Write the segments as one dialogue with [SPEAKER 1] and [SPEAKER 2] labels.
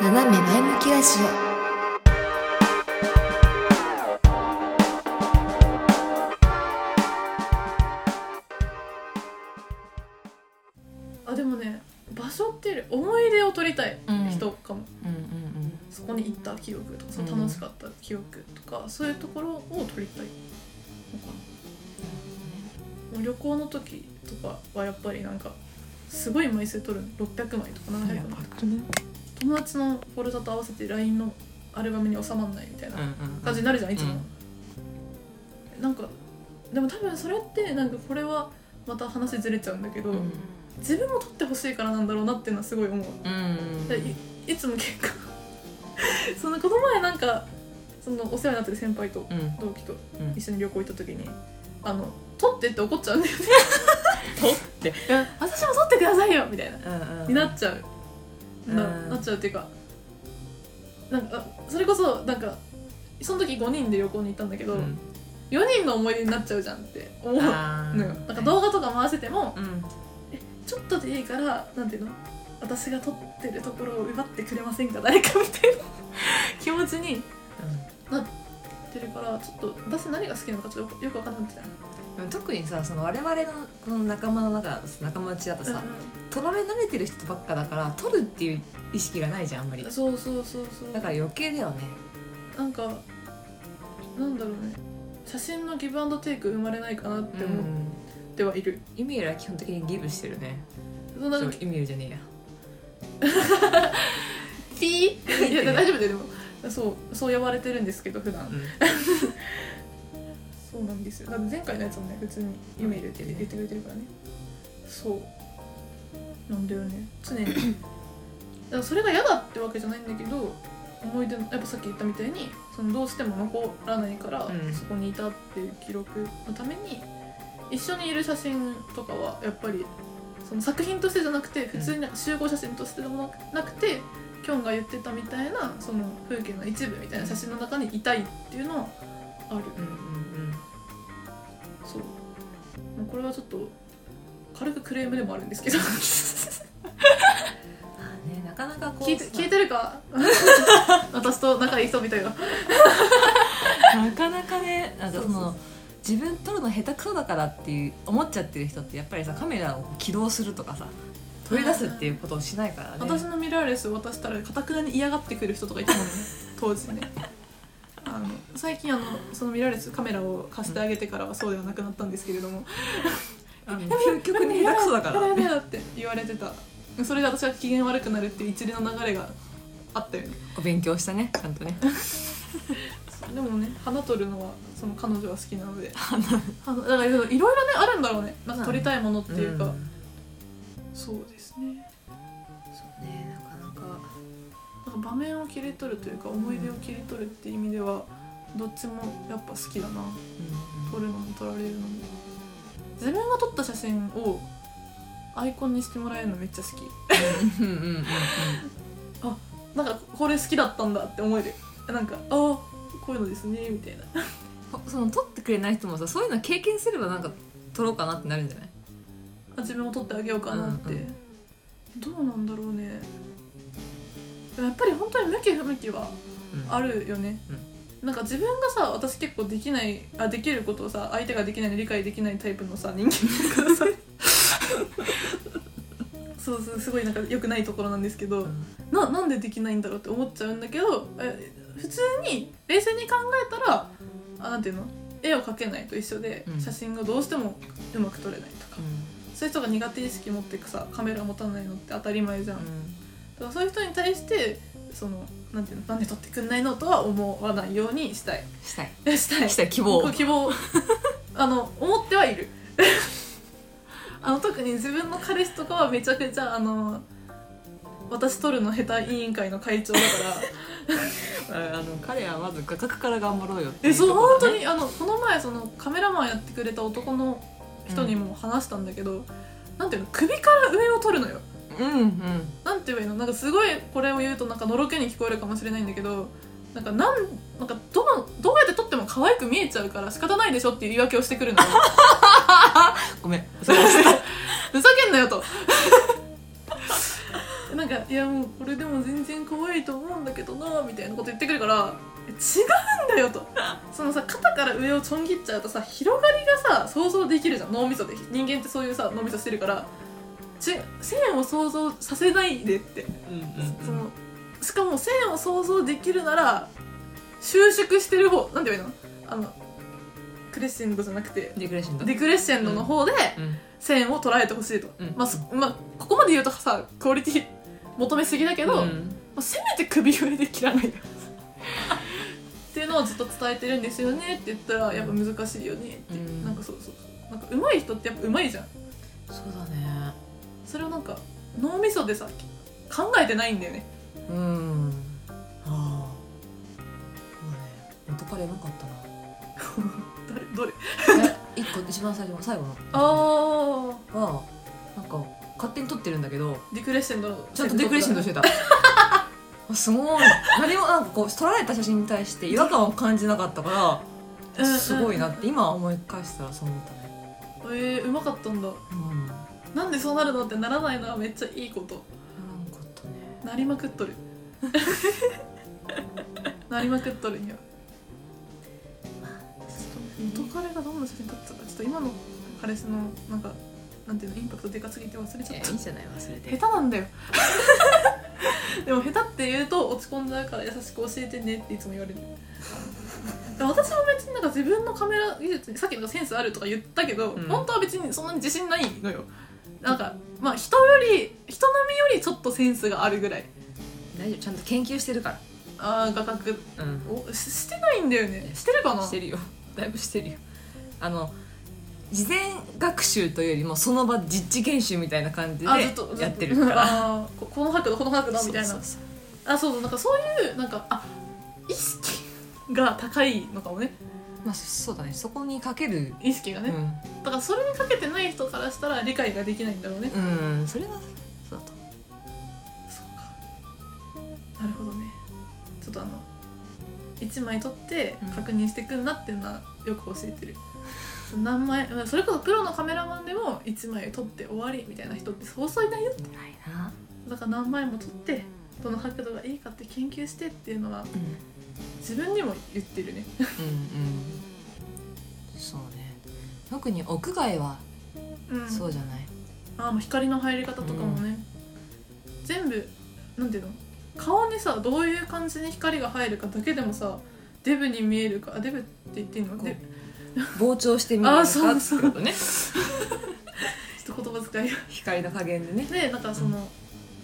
[SPEAKER 1] 斜め前向きラジオ
[SPEAKER 2] あでもね場所っていうより思い出を撮りたい
[SPEAKER 3] うん
[SPEAKER 2] 人かも、
[SPEAKER 3] うんうん
[SPEAKER 2] そこに行った記憶とかそう
[SPEAKER 3] うん
[SPEAKER 2] 楽しかった記憶とか、そういうところを撮りたいのかなもう旅行の時とかはやっぱりなんかすごい枚数撮るの600枚とか
[SPEAKER 3] うん。
[SPEAKER 2] 700枚
[SPEAKER 3] くね。
[SPEAKER 2] 友達のフォルダと合わせて LINE のアルバムに収まんないみたいな
[SPEAKER 3] うんうん。
[SPEAKER 2] 感じになるじゃんいつも、
[SPEAKER 3] うん
[SPEAKER 2] なんかでも多分それってなんかこれはまた話ずれちゃうんだけど、
[SPEAKER 3] うん
[SPEAKER 2] 自分も撮ってほしいからなんだろうなっていうのはすごい思う
[SPEAKER 3] うん。
[SPEAKER 2] でいいつも結構 そのこの前なんかそのお世話になってる先輩と
[SPEAKER 3] うん。
[SPEAKER 2] 同期と
[SPEAKER 3] うん
[SPEAKER 2] 一緒に旅行行った時に「あの撮って」って怒っちゃうんだよね
[SPEAKER 3] 取って。
[SPEAKER 2] 「私も撮ってくださいよ」みたいな
[SPEAKER 3] うん
[SPEAKER 2] になっちゃう、
[SPEAKER 3] うん
[SPEAKER 2] ななっちゃうっていうかなんかあそれこそなんかその時5人で旅行に行ったんだけど、
[SPEAKER 3] うん。
[SPEAKER 2] 4人の思い出になっちゃうじゃんって思うのよ
[SPEAKER 3] あー
[SPEAKER 2] なんか動画とか回せても
[SPEAKER 3] うん。
[SPEAKER 2] ちょっとでいいからなんていうの私が撮ってるところを奪ってくれませんか誰かみたいな 気持ちにってるからちょっと私何が好きなのかちょっとよく分かんなくて
[SPEAKER 3] でも特にさその我々のこの仲間の中仲間内だとさ、とられ慣れてる人ばっかだから取るっていう意識がないじゃんあんまり
[SPEAKER 2] うん、そうそうそうそう
[SPEAKER 3] だから余計だよね
[SPEAKER 2] なんかなんだろうね写真のギブアンドテイク生まれないかなって
[SPEAKER 3] で
[SPEAKER 2] 思
[SPEAKER 3] も、
[SPEAKER 2] ってはいる、
[SPEAKER 3] イメールは基本的にギブしてるね
[SPEAKER 2] そんな
[SPEAKER 3] そうイメールじゃねえや
[SPEAKER 2] ピーいや大丈夫だよでもそうそう呼ばれてるんですけど普段そうなんですよだって前回のやつもね普通に夢入れて言ってくれてるからねそうなんだよね常にだからそれが嫌だってわけじゃないんだけど思い出のやっぱさっき言ったみたいにそのどうしても残らないから、
[SPEAKER 3] うん
[SPEAKER 2] そこにいたっていう記録のために一緒にいる写真とかはやっぱりその作品としてじゃなくて普通に集合写真としてでもなくて、きょんが言ってたみたいなその風景の一部みたいな写真の中にいたいっていうのはある
[SPEAKER 3] うんうんうん
[SPEAKER 2] そうまあこれはちょっと軽くクレームでもあるんですけど
[SPEAKER 3] まあねなかなかこう
[SPEAKER 2] 聞いて
[SPEAKER 3] さ
[SPEAKER 2] 聞いて るか私と仲いい人みたいな
[SPEAKER 3] なかなかねなんかそ
[SPEAKER 2] そうそう
[SPEAKER 3] の自分撮るの下手くそだからっていう思っちゃってる人ってやっぱりさカメラを起動するとかさ取り出すっていうことをしないからね
[SPEAKER 2] 私のミラーレスを渡したらかたくなに嫌がってくる人とかいたもんね当時ねあの最近あのそのミラーレスカメラを貸してあげてからはそうではなくなったんですけれども
[SPEAKER 3] あの究極に下手くそだから
[SPEAKER 2] やだやだって言われてたそれで私は機嫌悪くなるっていう一連の流れがあったよね
[SPEAKER 3] お勉強したねちゃんとね
[SPEAKER 2] でもね花取るのはその彼女は好きなので花だからいろいろねあるんだろうねなんか取りたいものっていうか、
[SPEAKER 3] うん
[SPEAKER 2] そうですね
[SPEAKER 3] そうねなかなか
[SPEAKER 2] なんか場面を切り取るというか思い出を切り取るっていう意味ではどっちもやっぱ好きだな撮るのも撮られるのも自分が撮った写真をアイコンにしてもらえるのめっちゃ好き
[SPEAKER 3] うんうんうんうん
[SPEAKER 2] なんかこれ好きだったんだって思えるなんかああこういうのですねみたいな
[SPEAKER 3] ほその撮ってくれない人もさそういうの経験すればなんか撮ろうかなってなるんじゃない
[SPEAKER 2] あ自分を撮ってあげようかなって、
[SPEAKER 3] うんう
[SPEAKER 2] どうなんだろうねでもやっぱり本当に向き不向きはあ
[SPEAKER 3] る
[SPEAKER 2] るよね、なんか自分がさ私結構できないあできることをさ相手ができないの理解できないタイプのさ人間だからさそうそうすごいなんか良くないところなんですけど、ななんでできないんだろうって思っちゃうんだけどえ普通に冷静に考えたらあなんていうの絵を描けないと一緒で、
[SPEAKER 3] うん
[SPEAKER 2] 写真がどうしてもうまく撮れないとかそういう人が苦手意識持ってくさカメラ持たないのって当たり前じゃん、だからそういう人に対してそのなんていうのなんで撮ってくんないのとは思わないようにしたい
[SPEAKER 3] したい
[SPEAKER 2] したい
[SPEAKER 3] したい希望
[SPEAKER 2] こう希望 あの思ってはいる あの特に自分の彼氏とかはめちゃくちゃあの私撮るの下手委員会の会長だから
[SPEAKER 3] あの彼はまず画角から頑張ろうよって
[SPEAKER 2] えそう本当
[SPEAKER 3] に
[SPEAKER 2] にあのこの前そのカメラマンやってくれた男の人にも話したんだけど、なんていうの首から上を撮るのよ
[SPEAKER 3] うんうん
[SPEAKER 2] なんて言えばいいのなんかすごいこれを言うとなんかのろけに聞こえるかもしれないんだけどなんかなんなんかどのどうやって撮っても可愛く見えちゃうから仕方ないでしょっていう言い訳をしてくるのよ
[SPEAKER 3] ごめん
[SPEAKER 2] ふ ざけんなよとなんかいやもうこれでも全然可愛いとなんだけどなみたいなこと言ってくるからえ違うんだよとそのさ肩から上をちょん切っちゃうとさ広がりがさ想像できるじゃん脳みそで人間ってそういうさ脳みそしてるからち線を想像させないでって
[SPEAKER 3] うん
[SPEAKER 2] そのしかも線を想像できるなら収縮してる方なんて言えばいいのあのクレッシェンドじゃなくて
[SPEAKER 3] デクレッシェンド
[SPEAKER 2] デクレッシェンドの方で
[SPEAKER 3] うん
[SPEAKER 2] 線を捉えてほしいと、
[SPEAKER 3] うん
[SPEAKER 2] まあそまあ、ここまで言うとさクオリティ求めすぎだけど、
[SPEAKER 3] う
[SPEAKER 2] ま
[SPEAKER 3] ん
[SPEAKER 2] あせめて首振りで切らないでっていうのをずっと伝えてるんですよねって言ったらやっぱ難しいよねって、
[SPEAKER 3] うん
[SPEAKER 2] なんかそうそうそうなんか上手い人ってやっぱ上手いじゃん
[SPEAKER 3] そうだね
[SPEAKER 2] それをなんか脳みそでさ考えてないんだよね
[SPEAKER 3] うんああそうだね元カレなかったな
[SPEAKER 2] 誰どれ
[SPEAKER 3] え一個一番最初の最後の
[SPEAKER 2] ああ
[SPEAKER 3] はなんか勝手に撮ってるんだけど
[SPEAKER 2] ディクレッシェンドの
[SPEAKER 3] ちゃんとデクレッシェンドしてたあすごい何もなんかこう撮られた写真に対して違和感を感じなかったか
[SPEAKER 2] うん
[SPEAKER 3] ら
[SPEAKER 2] うん
[SPEAKER 3] すごいなって今思い返したらそう思ったね
[SPEAKER 2] ええー、うまかったんだ
[SPEAKER 3] うんならんか
[SPEAKER 2] なんでそうなるのってならないのはめっちゃいいこと
[SPEAKER 3] ったね
[SPEAKER 2] なりまくっ とるなりまくっとるには元カレがどんな写真撮ってたかちょっと今の彼氏のなんかなんていうのインパクトでかすぎて忘れちゃった
[SPEAKER 3] いいじゃない忘れ
[SPEAKER 2] 下手なんだよ でも下手って言うと落ち込んじゃうから優しく教えてねっていつも言わ れるで私も別になんか自分のカメラ技術にさっきのセンスあるとか言ったけど、
[SPEAKER 3] うん
[SPEAKER 2] 本当は別にそんなに自信ないのよなんかまあ人より人並みよりちょっとセンスがあるぐらい
[SPEAKER 3] 大丈夫ちゃんと研究してるか
[SPEAKER 2] あー画角
[SPEAKER 3] らうん
[SPEAKER 2] おししてないんだよねしてるかな
[SPEAKER 3] してるよ だいぶしてるよあの事前学習というよりもその場実地研修みたいな感じ
[SPEAKER 2] あずっと
[SPEAKER 3] でやってるから
[SPEAKER 2] あーここの角度この角度みたいな
[SPEAKER 3] そうそう
[SPEAKER 2] あそうそうなんかそういうなんかあ意識が高いのかもね
[SPEAKER 3] そうまあそうだねそこにかける
[SPEAKER 2] 意識がね、
[SPEAKER 3] うん
[SPEAKER 2] だからそれにかけてない人からしたら理解ができないんだろうね、
[SPEAKER 3] うんそれはそうだと
[SPEAKER 2] そうかなるほどねちょっとあの1枚取って
[SPEAKER 3] うん
[SPEAKER 2] 確認していくんだっていうのはよく教えてる、何枚うんそれこそプロのカメラマンでも1枚取って終わりみたいな人ってそうそういないよ
[SPEAKER 3] ないな、
[SPEAKER 2] だから何枚も取ってどの角度がいいかって研究してっていうのは
[SPEAKER 3] うん、
[SPEAKER 2] 自分にも言ってるね
[SPEAKER 3] うんうんそうね特に屋外は
[SPEAKER 2] うん
[SPEAKER 3] そうじゃない、
[SPEAKER 2] あーもう光の入り方とかもね、全部なんていうの顔にさどういう感じに光が入るかだけでもさデブに見えるかあデブって言っていいの
[SPEAKER 3] こう
[SPEAKER 2] で
[SPEAKER 3] 膨張してみるか
[SPEAKER 2] あ
[SPEAKER 3] って
[SPEAKER 2] そうそう
[SPEAKER 3] ことね
[SPEAKER 2] ちょっと言葉遣いが
[SPEAKER 3] 光の加減でね
[SPEAKER 2] でなんかその、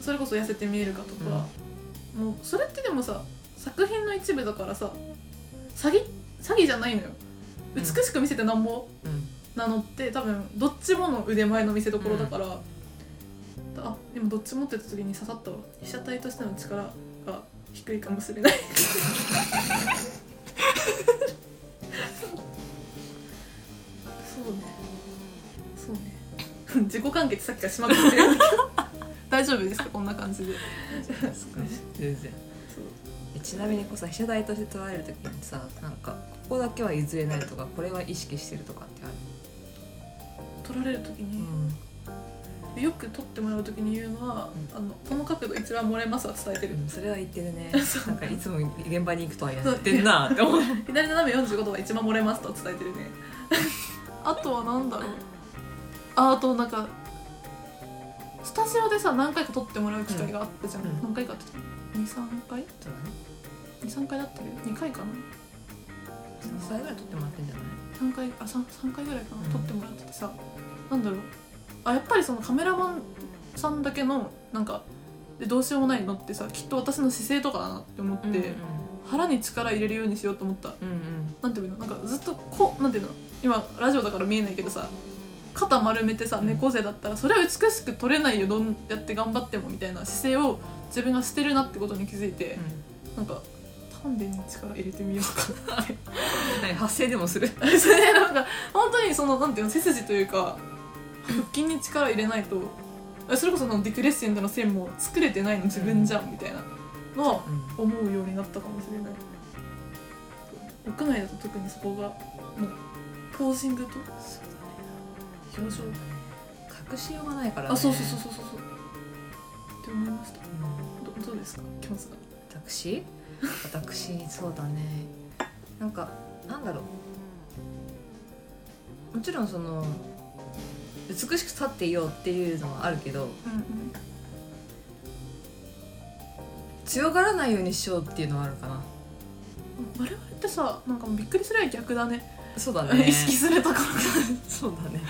[SPEAKER 2] それこそ痩せて見えるかとか、もうそれってでもさ作品の一部だからさ詐欺詐欺じゃないのよ
[SPEAKER 3] うん
[SPEAKER 2] 美しく見せてなんぼ
[SPEAKER 3] うん
[SPEAKER 2] なのって多分どっちもの腕前の見せ所だから、あでもどっちもってた時に刺さったわ被写体としての力が低いかもしれないそうねそうね自己完結さっきからしまくってる 大丈夫ですかこんな感じで
[SPEAKER 3] 全然
[SPEAKER 2] そう
[SPEAKER 3] ちなみにこうさ被写体として捉える時にさなんかここだけは譲れないとかこれは意識してるとかってある、
[SPEAKER 2] 撮られる時に、よく撮ってもらう時に言うのは、あのこの角度一番漏れますは伝えてる、
[SPEAKER 3] うんそれは言ってる ね
[SPEAKER 2] そう
[SPEAKER 3] なんかいつも現場に行くとはや ってんなって思う
[SPEAKER 2] 左斜め45度が一番漏れますと伝えてるね あとは何だろうああとなんかスタジオでさ何回か撮ってもらう機会があったじゃん、
[SPEAKER 3] うん
[SPEAKER 2] 何回かって23回23回だったけど2回かな
[SPEAKER 3] 3歳ぐらい撮ってもらってんじゃない
[SPEAKER 2] 3回あ三三回ぐらいかな、
[SPEAKER 3] うん
[SPEAKER 2] 撮ってもらっててさなんだろうあやっぱりそのカメラマンさんだけのなんかでどうしようもないのってさきっと私の姿勢とかだなって思って、腹に力入れるようにしようと思った
[SPEAKER 3] うんうん
[SPEAKER 2] なんていうのなんかずっとこうなんていうの今ラジオだから見えないけどさ肩丸めてさ猫背だったらそれは美しく取れないよどうやって頑張ってもみたいな姿勢を自分がしてるなってことに気づいて、なんか丹田に力入れてみようかなって
[SPEAKER 3] 何発声でもする
[SPEAKER 2] それでなんか 本当にそのなんていうの背筋というか腹筋に力入れないとそれこそそのディクレッシェンドの線も作れてないの自分じゃんみたいなのは思うようになったかもしれない屋内だと特にそこがもうポージングと表情
[SPEAKER 3] 隠しようがないから、ね、
[SPEAKER 2] あそうそうそう
[SPEAKER 3] う、
[SPEAKER 2] そうそうそうって思いましたどどうですかきますか
[SPEAKER 3] 私私そうだねなんかなんだろうもちろんその美しく立っていようっていうのはあるけど強がらないようにしようっていうのはあるかな
[SPEAKER 2] 我々ってさなんかもうびっくりするより逆だね
[SPEAKER 3] そうだね
[SPEAKER 2] 意識するとこ
[SPEAKER 3] そうだね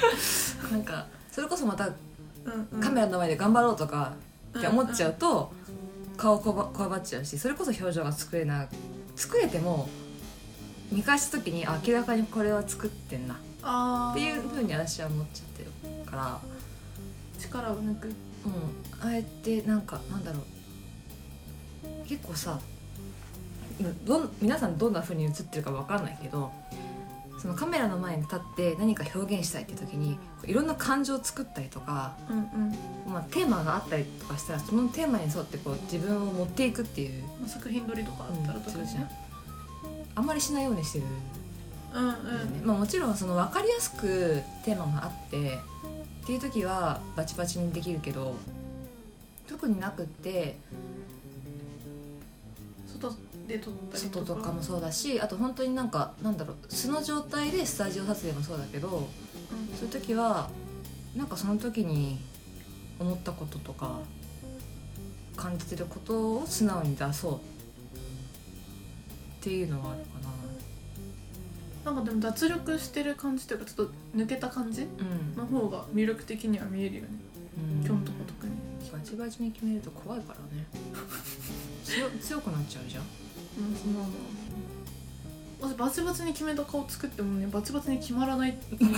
[SPEAKER 3] なんかそれこそまた
[SPEAKER 2] ろが、
[SPEAKER 3] カメラの前で頑張ろうとか
[SPEAKER 2] ラ
[SPEAKER 3] って思っちゃうと顔こばこわばっちゃうしそれこそ表情が作れな作れても見返した時にあ明らかにこれは作ってんな
[SPEAKER 2] あ
[SPEAKER 3] って
[SPEAKER 2] ー
[SPEAKER 3] いうふうに私は思っちゃってるから、
[SPEAKER 2] 力を抜く
[SPEAKER 3] うん、ああやってなんかなんだろう結構さどん皆さんどんなふうに映ってるかわかんないけどそのカメラの前に立って何か表現したいって時にこういろんな感情を作ったりとか
[SPEAKER 2] うんうん
[SPEAKER 3] まあ、テーマがあったりとかしたらそのテーマに沿ってこう自分を持っていくっていう、
[SPEAKER 2] まあ作品撮りとかあ
[SPEAKER 3] うん
[SPEAKER 2] ったらと
[SPEAKER 3] す
[SPEAKER 2] か
[SPEAKER 3] る
[SPEAKER 2] ね
[SPEAKER 3] じゃんあんまりしないようにしてる、
[SPEAKER 2] うんうん
[SPEAKER 3] ねまあ、もちろんその分かりやすくテーマがあってっていう時はバチバチにできるけど特になくって
[SPEAKER 2] 外で撮ったりと
[SPEAKER 3] 外
[SPEAKER 2] か
[SPEAKER 3] とかもそうだしあと本当になんかなんだろう素の状態でスタジオ撮影もそうだけど
[SPEAKER 2] うん
[SPEAKER 3] そういう時はなんかその時に思ったこととか感じてることを素直に出そうっていうのはあるかな。
[SPEAKER 2] なんかでも脱力してる感じというかちょっと抜けた感じ
[SPEAKER 3] うん
[SPEAKER 2] の方が魅力的には見えるよね
[SPEAKER 3] うん
[SPEAKER 2] 今日とか特に
[SPEAKER 3] バチバチに決めると怖いからね強強くなっちゃうじゃん
[SPEAKER 2] うんその私バチバチに決めた顔作ってもねバチバチに決まらないって いう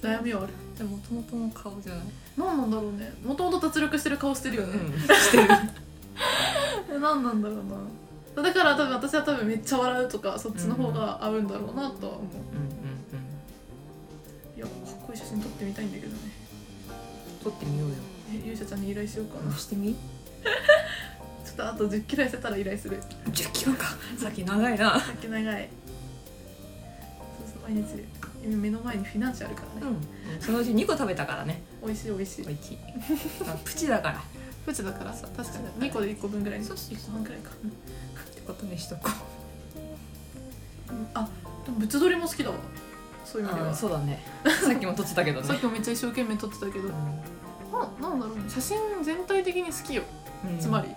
[SPEAKER 2] 悩みはある
[SPEAKER 3] でもともとの顔じゃない、
[SPEAKER 2] 何なんだろうねもともと脱力してる顔してるよね、
[SPEAKER 3] してる
[SPEAKER 2] え何なんだろうなだから多分私は多分めっちゃ笑うとかそっちの方が合うんだろうなとは思う、
[SPEAKER 3] うんうんうん
[SPEAKER 2] いやかっこいい写真撮ってみたいんだけどね
[SPEAKER 3] 撮ってみようよ
[SPEAKER 2] え勇者ちゃんに依頼しようかなちょ
[SPEAKER 3] してみ
[SPEAKER 2] っとあと1 0キロ痩せたら依頼するさ
[SPEAKER 3] 10キロかさっき長いな
[SPEAKER 2] っき長いそうそう毎日今目の前にフィナンシェあるからね、
[SPEAKER 3] うんそのうち2個食べたからね
[SPEAKER 2] 美味しい美味しい
[SPEAKER 3] おいちあプチだからっ
[SPEAKER 2] プチだからさ確かに2個で1個分ぐらい
[SPEAKER 3] そうそうそう
[SPEAKER 2] 1個半ぐらいか、
[SPEAKER 3] てことにしとこ
[SPEAKER 2] うんあでも物撮りも好きだわそう
[SPEAKER 3] う
[SPEAKER 2] いう意味では
[SPEAKER 3] そうだねさっきも撮ってたけど
[SPEAKER 2] さっ
[SPEAKER 3] ね
[SPEAKER 2] きもめっちゃ一生懸命撮ってたけど、まあなんだろうね写真全体的に好きよ
[SPEAKER 3] うん
[SPEAKER 2] つまり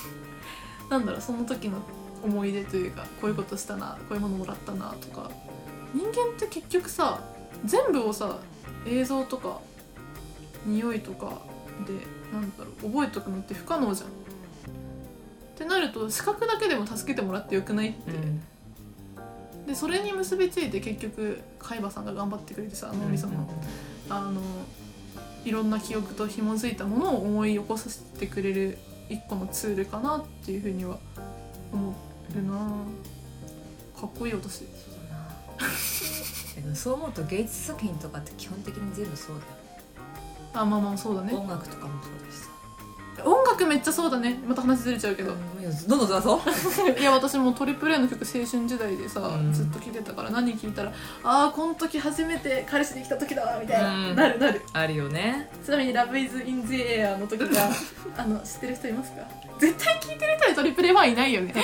[SPEAKER 2] なんだろうその時の思い出というかこういうことしたなこういうものもらったなとか人間って結局さ全部をさ映像とか匂いとかでなんだろう覚えとくのって不可能じゃん。ってなると視覚だけでも助けてもらってよくないって、
[SPEAKER 3] うん
[SPEAKER 2] でそれに結びついて結局海馬さんが頑張ってくれてさ脳みその、あのいろんな記憶と紐づいたものを思い起こさせてくれる一個のツールかなっていうふうには思うなかっこいい私
[SPEAKER 3] そうだなでもそう思うと芸術作品とかって基本的に全部そうだよ
[SPEAKER 2] あまあまあそうだね
[SPEAKER 3] 音楽とかもそうです
[SPEAKER 2] 音楽めっちゃそうだねまた話ずれちゃうけ
[SPEAKER 3] け ど
[SPEAKER 2] ど、
[SPEAKER 3] どんどんずらそう
[SPEAKER 2] いや私もトリプル a の曲青春時代でさ、
[SPEAKER 3] うん
[SPEAKER 2] ずっと聴いてたから何聴いたらああこの時初めて彼氏できた時だわみたいな、
[SPEAKER 3] うん
[SPEAKER 2] なるなる
[SPEAKER 3] あるよね
[SPEAKER 2] ちなみに「ラブイズイン the Air の時 があの知ってる人いますか絶対聴いてる人でトリプル a ファンいないよね
[SPEAKER 3] 多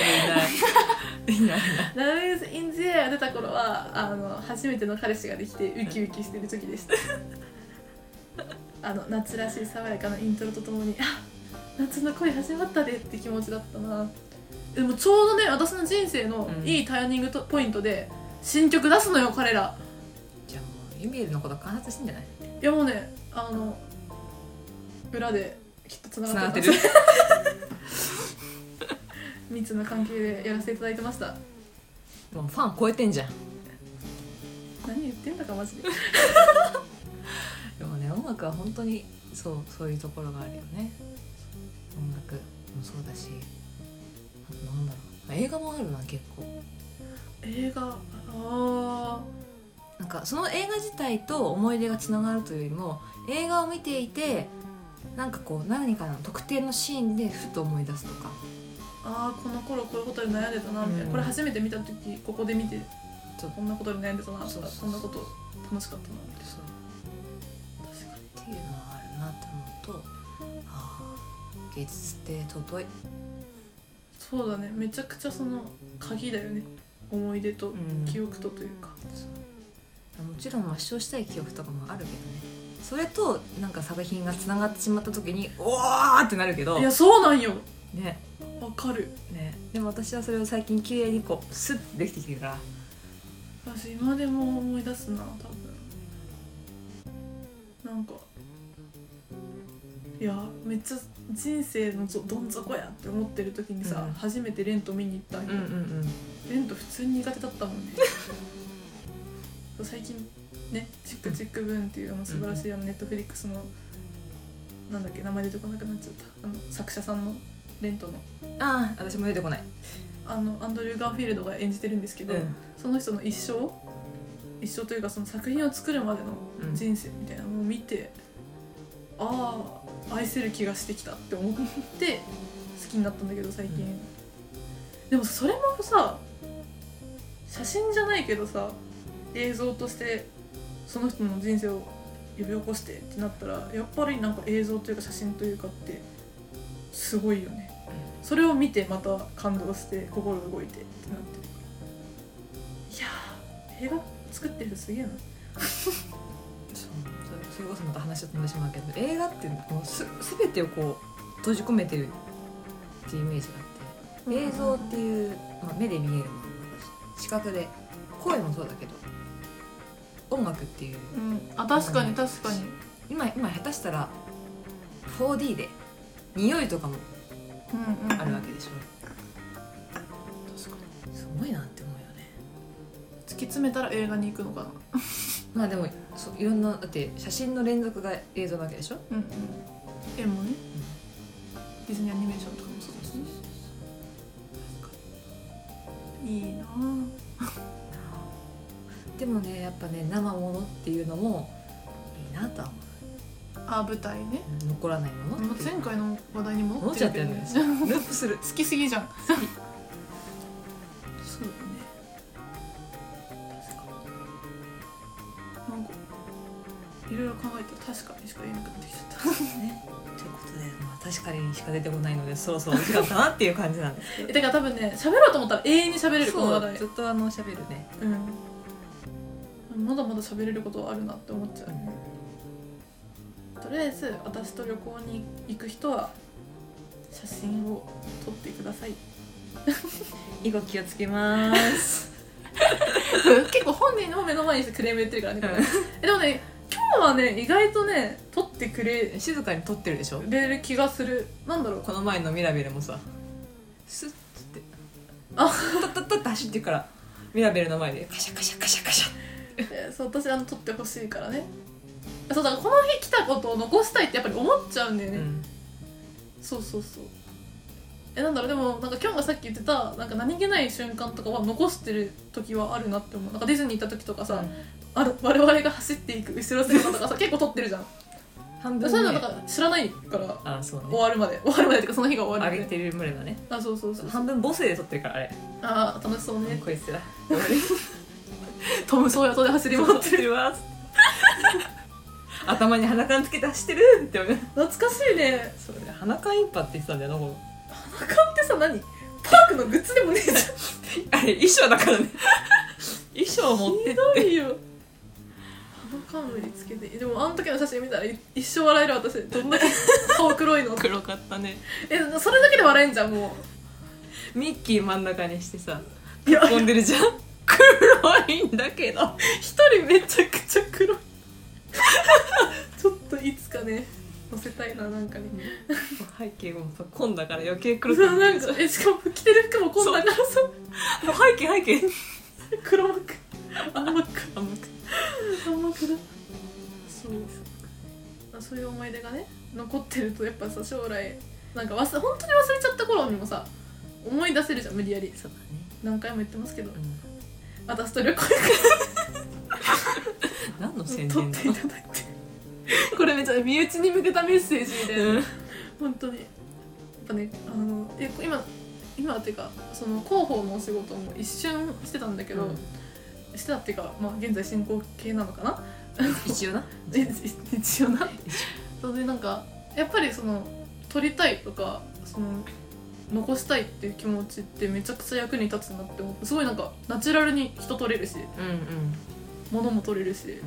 [SPEAKER 3] 分いないいない
[SPEAKER 2] ラブイズ・イン・ジェア出た頃はあの初めての彼氏ができてウキウキしてる時でした あの夏らしい爽やかなイントロとともにあ夏の恋始まったでって気持ちだったなでもちょうどね私の人生の
[SPEAKER 3] うん
[SPEAKER 2] いいタイミングとポイントで新曲出すのよ彼ら
[SPEAKER 3] じゃあもうユミエルのこと観察してんじゃない
[SPEAKER 2] いやもうねあの裏できっとつな
[SPEAKER 3] つな
[SPEAKER 2] が
[SPEAKER 3] が
[SPEAKER 2] っ
[SPEAKER 3] ってて
[SPEAKER 2] る
[SPEAKER 3] る
[SPEAKER 2] 密な関係でやらせていただいてました
[SPEAKER 3] もうファン超えてんじゃん
[SPEAKER 2] 何言ってんだかマジで
[SPEAKER 3] でもね音楽は本当にそうそういうところがあるよね音楽もそうだしあとなんだろう映画もあるな結構
[SPEAKER 2] 映画ああ
[SPEAKER 3] なんかその映画自体と思い出がつながるというよりも映画を見ていてなんかこう何かの特定のシーンでふと思い出すとか
[SPEAKER 2] あーこの頃こういうことで悩んでたなみたいな、
[SPEAKER 3] うん
[SPEAKER 2] これ初めて見た時ここで見て
[SPEAKER 3] そう
[SPEAKER 2] こんなことで悩んでたなと
[SPEAKER 3] そう
[SPEAKER 2] か
[SPEAKER 3] そう
[SPEAKER 2] こんなこと楽しかったなみたい
[SPEAKER 3] そう
[SPEAKER 2] な確かに
[SPEAKER 3] っていうのはあるなと思うとああ芸術って尊い
[SPEAKER 2] そうだねめちゃくちゃその鍵だよね思い出と
[SPEAKER 3] うん
[SPEAKER 2] 記憶とというか、
[SPEAKER 3] もちろん抹消したい記憶とかもあるけどねそれとなんか作品がつながってしまった時におーってなるけど
[SPEAKER 2] いやそうなんよ
[SPEAKER 3] ね
[SPEAKER 2] わかる
[SPEAKER 3] ねでも私はそれを最近綺麗にこうスッてできてきてるから
[SPEAKER 2] 私今でも思い出すな多分なんかいやめっちゃ人生のぞどん底やって思ってる時にさ、
[SPEAKER 3] うん
[SPEAKER 2] 初めてレント見に行ったんよ、
[SPEAKER 3] ん
[SPEAKER 2] レント普通に苦手だったもんねそう最近ね「チックチックブーン」っていうあの素晴らしいあのネットフリックスのなんだっけ名前出てこなくなっちゃったあの作者さんのレントの
[SPEAKER 3] ああ私も出てこない
[SPEAKER 2] あのアンドリュー・ガーフィールドが演じてるんですけど、その人の一生一生というかその作品を作るまでの人生みたいなのを見て、ああ愛せる気がしてきたって思って好きになったんだけど最近、
[SPEAKER 3] う
[SPEAKER 2] でもそれもさ写真じゃないけどさ映像としてその人の人生を呼び起こしてってなったらやっぱりなんか映像というか写真というかってすごいよね、それを見てまた感動して心動いてってなってるいやー映画作ってる人すげえな
[SPEAKER 3] そうそそれこそまた話を飛んでしまうけど映画っていうのはこうす全てをこう閉じ込めてるっていうイメージがあって映像っていう、まあ、目で見えるものもあるし視覚で声もそうだけど音楽っていう
[SPEAKER 2] うんあ確かに確かに
[SPEAKER 3] 今今下手したら 4D で匂いとかも
[SPEAKER 2] うんうん
[SPEAKER 3] あるわけでしょ、すごいなって思うよね
[SPEAKER 2] 突き詰めたら映画に行くのかな
[SPEAKER 3] まあでもそういろんなだって写真の連続が映像なわけでしょ
[SPEAKER 2] うんうん絵もね、ディズニーアニメーションとかもそうだしねいいなぁ
[SPEAKER 3] でもねやっぱね生ものっていうのもいいなとは思
[SPEAKER 2] あ舞台ね
[SPEAKER 3] う残らないもの
[SPEAKER 2] もう
[SPEAKER 3] っていう
[SPEAKER 2] 前回の話題に戻
[SPEAKER 3] 戻
[SPEAKER 2] っ
[SPEAKER 3] っ
[SPEAKER 2] ち
[SPEAKER 3] ち
[SPEAKER 2] ゃ
[SPEAKER 3] ゃ
[SPEAKER 2] っ
[SPEAKER 3] ってて
[SPEAKER 2] る
[SPEAKER 3] るん
[SPEAKER 2] けど
[SPEAKER 3] だ
[SPEAKER 2] ね
[SPEAKER 3] よループする
[SPEAKER 2] 好きすぎじゃんそうだね確かになんかいろいろ考えたら確かにしか言えなくなってきちゃった
[SPEAKER 3] ねということで、まあ、確かにしか出てこないのでそろそろお時間かなっていう感じなんですけど
[SPEAKER 2] えだから多分ね喋ろうと思ったら永遠に喋れるこの話
[SPEAKER 3] そう
[SPEAKER 2] 題
[SPEAKER 3] ずっとあの喋るね
[SPEAKER 2] うんまだまだ喋れることはあるなって思っちゃう、ねとりあえず私と旅行に行く人は写真を撮ってください
[SPEAKER 3] 以後気をつけます
[SPEAKER 2] 結構本人の目の前にしてクレーム言ってるからねこれ
[SPEAKER 3] うん
[SPEAKER 2] えでもね今日はね意外とね撮ってくれ
[SPEAKER 3] 静かに撮ってるでしょ
[SPEAKER 2] れる気がするなんだろう
[SPEAKER 3] この前のミラベルもさスッって
[SPEAKER 2] あ
[SPEAKER 3] タッタッタッて走ってからミラベルの前でカシャカシャカシャカシャ
[SPEAKER 2] えーそう私あの撮ってほしいからねそうだからこの日来たことを残したいってやっぱり思っちゃうんだよね、
[SPEAKER 3] うん
[SPEAKER 2] そうそうそうえなんだろうでもなんかきょんがさっき言ってたなんか何気ない瞬間とかは残してる時はあるなって思うなんかディズニー行った時とかさ、あの我々が走っていく後ろ姿と かさ結構撮ってるじゃん
[SPEAKER 3] 半分
[SPEAKER 2] そういうのなんか知らないから
[SPEAKER 3] あそう
[SPEAKER 2] 終
[SPEAKER 3] ね
[SPEAKER 2] わるまで終わるまでっていうかその日が終わ
[SPEAKER 3] 上
[SPEAKER 2] る
[SPEAKER 3] げ
[SPEAKER 2] まで
[SPEAKER 3] てる群れだね
[SPEAKER 2] あそうそうそう
[SPEAKER 3] 半分母性で撮ってるからあれ
[SPEAKER 2] あー楽しそうね
[SPEAKER 3] こい つら
[SPEAKER 2] トム・ソーヤとで走り回
[SPEAKER 3] 撮
[SPEAKER 2] っ
[SPEAKER 3] ってて
[SPEAKER 2] る
[SPEAKER 3] るわ 頭に鼻かんつけて走ってるって思う
[SPEAKER 2] 懐かしいね
[SPEAKER 3] それ鼻かん一派って言ってたんだよなこの
[SPEAKER 2] パカンってさ何パークのグッズでもねえじゃん
[SPEAKER 3] あれ衣装だからね 衣装持ってって
[SPEAKER 2] ひどいよあの冠つけてでもあの時の写真見たらい一生笑える私どんだけ顔黒いの
[SPEAKER 3] 黒かったね
[SPEAKER 2] えそれだけで笑えんじゃんも
[SPEAKER 3] ミッキー真ん中にして さ
[SPEAKER 2] ういや
[SPEAKER 3] 飛んでるじゃん黒いんだけど
[SPEAKER 2] 一人めちゃくちゃ黒い ちょっといつかね載せたいななんかに、
[SPEAKER 3] 背景もさ紺だから余計
[SPEAKER 2] そ
[SPEAKER 3] 黒
[SPEAKER 2] う
[SPEAKER 3] くな
[SPEAKER 2] な
[SPEAKER 3] る
[SPEAKER 2] んかえしかも着てる服もこんなからさ
[SPEAKER 3] もう 背景背景
[SPEAKER 2] 黒幕暗幕
[SPEAKER 3] あもう
[SPEAKER 2] 暗幕だそうあそういう思い出がね残ってるとやっぱさ将来なんか忘れ本当に忘れちゃった頃にもさ思い出せるじゃん無理やり
[SPEAKER 3] そうだね、
[SPEAKER 2] 何回も言ってますけど
[SPEAKER 3] うん、
[SPEAKER 2] 私と旅行
[SPEAKER 3] 何の宣
[SPEAKER 2] に撮っ
[SPEAKER 3] 伝だ
[SPEAKER 2] ていただいてこれめっちゃ身内に向けたメッセージみたいな、
[SPEAKER 3] うん
[SPEAKER 2] 本当にやっぱねあのえ今今っていうかその広報のお仕事も一瞬してたんだけど、
[SPEAKER 3] うん
[SPEAKER 2] してたっていうか、まあ、現在進行形なのかな
[SPEAKER 3] 一応な
[SPEAKER 2] 一一 応なそれでなんかやっぱりその撮りたいとかその残したいっていう気持ちってめちゃくちゃ役に立つなって思ってすごいなんかナチュラルに人取れるし
[SPEAKER 3] うんうん
[SPEAKER 2] 物も取れるし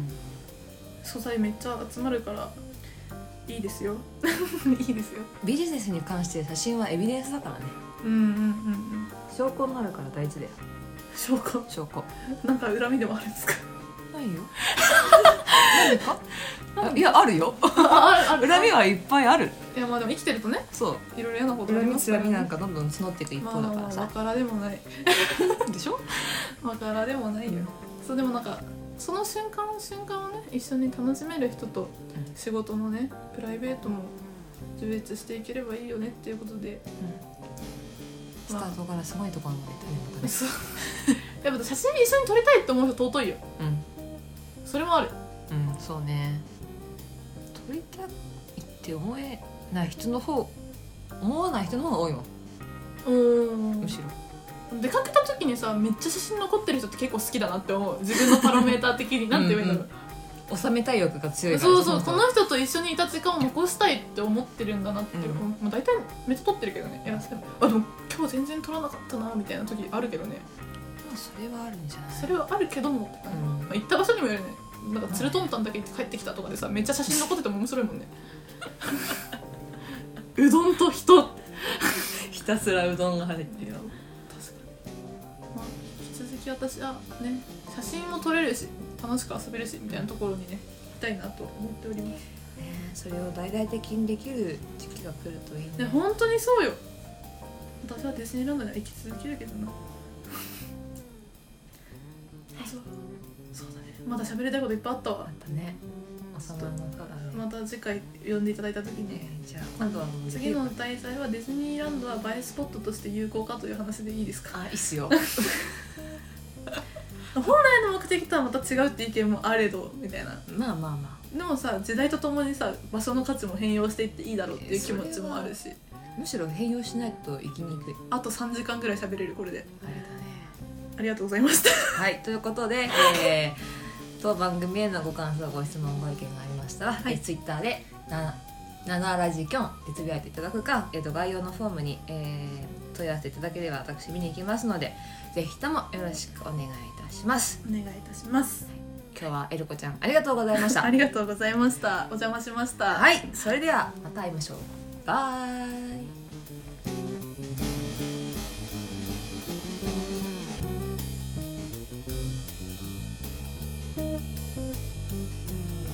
[SPEAKER 2] 素材めっちゃ集まるからいいです よいいですよ
[SPEAKER 3] ビジネスに関して写真はエビデンスだからね
[SPEAKER 2] うんうんうんうん
[SPEAKER 3] 証拠になるから大事だよ
[SPEAKER 2] 証拠
[SPEAKER 3] 証拠
[SPEAKER 2] なんか恨みでもあるんですか
[SPEAKER 3] ないよ何 かあいやあるよ
[SPEAKER 2] ああ
[SPEAKER 3] 恨みはいっぱいある
[SPEAKER 2] いやまあでも生きてるとね
[SPEAKER 3] そう
[SPEAKER 2] いろいろ嫌なことあり
[SPEAKER 3] 恨み
[SPEAKER 2] ます
[SPEAKER 3] つ
[SPEAKER 2] からら、
[SPEAKER 3] み
[SPEAKER 2] ね、
[SPEAKER 3] なんかどんどん募っていく一
[SPEAKER 2] まあ
[SPEAKER 3] 方だ
[SPEAKER 2] ま
[SPEAKER 3] か
[SPEAKER 2] あま
[SPEAKER 3] ら
[SPEAKER 2] あ
[SPEAKER 3] さ
[SPEAKER 2] わからでも ない
[SPEAKER 3] でしょ
[SPEAKER 2] わからでもないよ、そうでもなんかその瞬間の瞬間をね一緒に楽しめる人と
[SPEAKER 3] う
[SPEAKER 2] 仕事もねプライベートも充実していければいいよねっていうことで、
[SPEAKER 3] スタートからすごいところまで行ったね
[SPEAKER 2] そう やっぱ写真一緒に撮りたいって思う人尊いよ
[SPEAKER 3] またね
[SPEAKER 2] それもある
[SPEAKER 3] うんうんそうね撮りたいって思えない人の方思わない人の方が多いもん
[SPEAKER 2] うん
[SPEAKER 3] むしろ
[SPEAKER 2] 出かけた時にさめっちゃ写真残ってる人って結構好きだなって思う自分のパラメーター的になんて言えばいいんだろう
[SPEAKER 3] 収めたい欲が強いから
[SPEAKER 2] そうそう
[SPEAKER 3] こ
[SPEAKER 2] この人と一緒にいた時間を残したいって思ってるんだなっていう、
[SPEAKER 3] うん
[SPEAKER 2] まあ、大体めっちゃ撮ってるけどねいやでもあでも今日全然撮らなかったなみたいな時あるけどね
[SPEAKER 3] それはあるんじゃない
[SPEAKER 2] それはあるけども、
[SPEAKER 3] うん
[SPEAKER 2] まあ、行った場所にもよるねなんかツルトンタンだけ行って帰ってきたとかでさめっちゃ写真残ってても面白いもんねうどんと人いや
[SPEAKER 3] ひたすらうどんが入っ
[SPEAKER 2] 確かにまあ引き続き私はね写真も撮れるし楽しく遊べるしみたいなところにね行きたいなと思っております
[SPEAKER 3] それを大々的にできる時期が来るといい
[SPEAKER 2] ね
[SPEAKER 3] ね
[SPEAKER 2] 本当にそうよ私はディズニーランドには行き続けるけどな、そうそうだねまだ喋りたいこといっぱいあったわ
[SPEAKER 3] またねおさまの方がね
[SPEAKER 2] また次回呼んでいただいた時
[SPEAKER 3] え
[SPEAKER 2] に
[SPEAKER 3] ーじゃあ今度はもう
[SPEAKER 2] 次の題材はディズニーランドは映えスポットとして有効かという話でいいですか
[SPEAKER 3] あいいっ すよ
[SPEAKER 2] 本来の目的とはまた違うって意見もあれどみたいな
[SPEAKER 3] まあまあま
[SPEAKER 2] でもさ時代とともにさ場所の価値も変容していっていいだろうっていう気持ちもあるし
[SPEAKER 3] あむしろ変容しないと生きにくい
[SPEAKER 2] あと3時間ぐらい喋れるこれで
[SPEAKER 3] あれだね
[SPEAKER 2] ありがとうございました
[SPEAKER 3] はいということ で、えー、当番組へのご感想ご質問ご意見がありましたら、
[SPEAKER 2] はい
[SPEAKER 3] えー、ツイッターでな「ナナラジキョン」でつぶやいていただくか、えー、と概要のフォームに、えー問い合わせていただければ私見に行きますのでぜひともよろしくお願いいたします
[SPEAKER 2] お願いいたします
[SPEAKER 3] 今日はえるこちゃんありがとうございました
[SPEAKER 2] ありがとうございましたお邪魔しました
[SPEAKER 3] はいそれではまた会いましょうバイ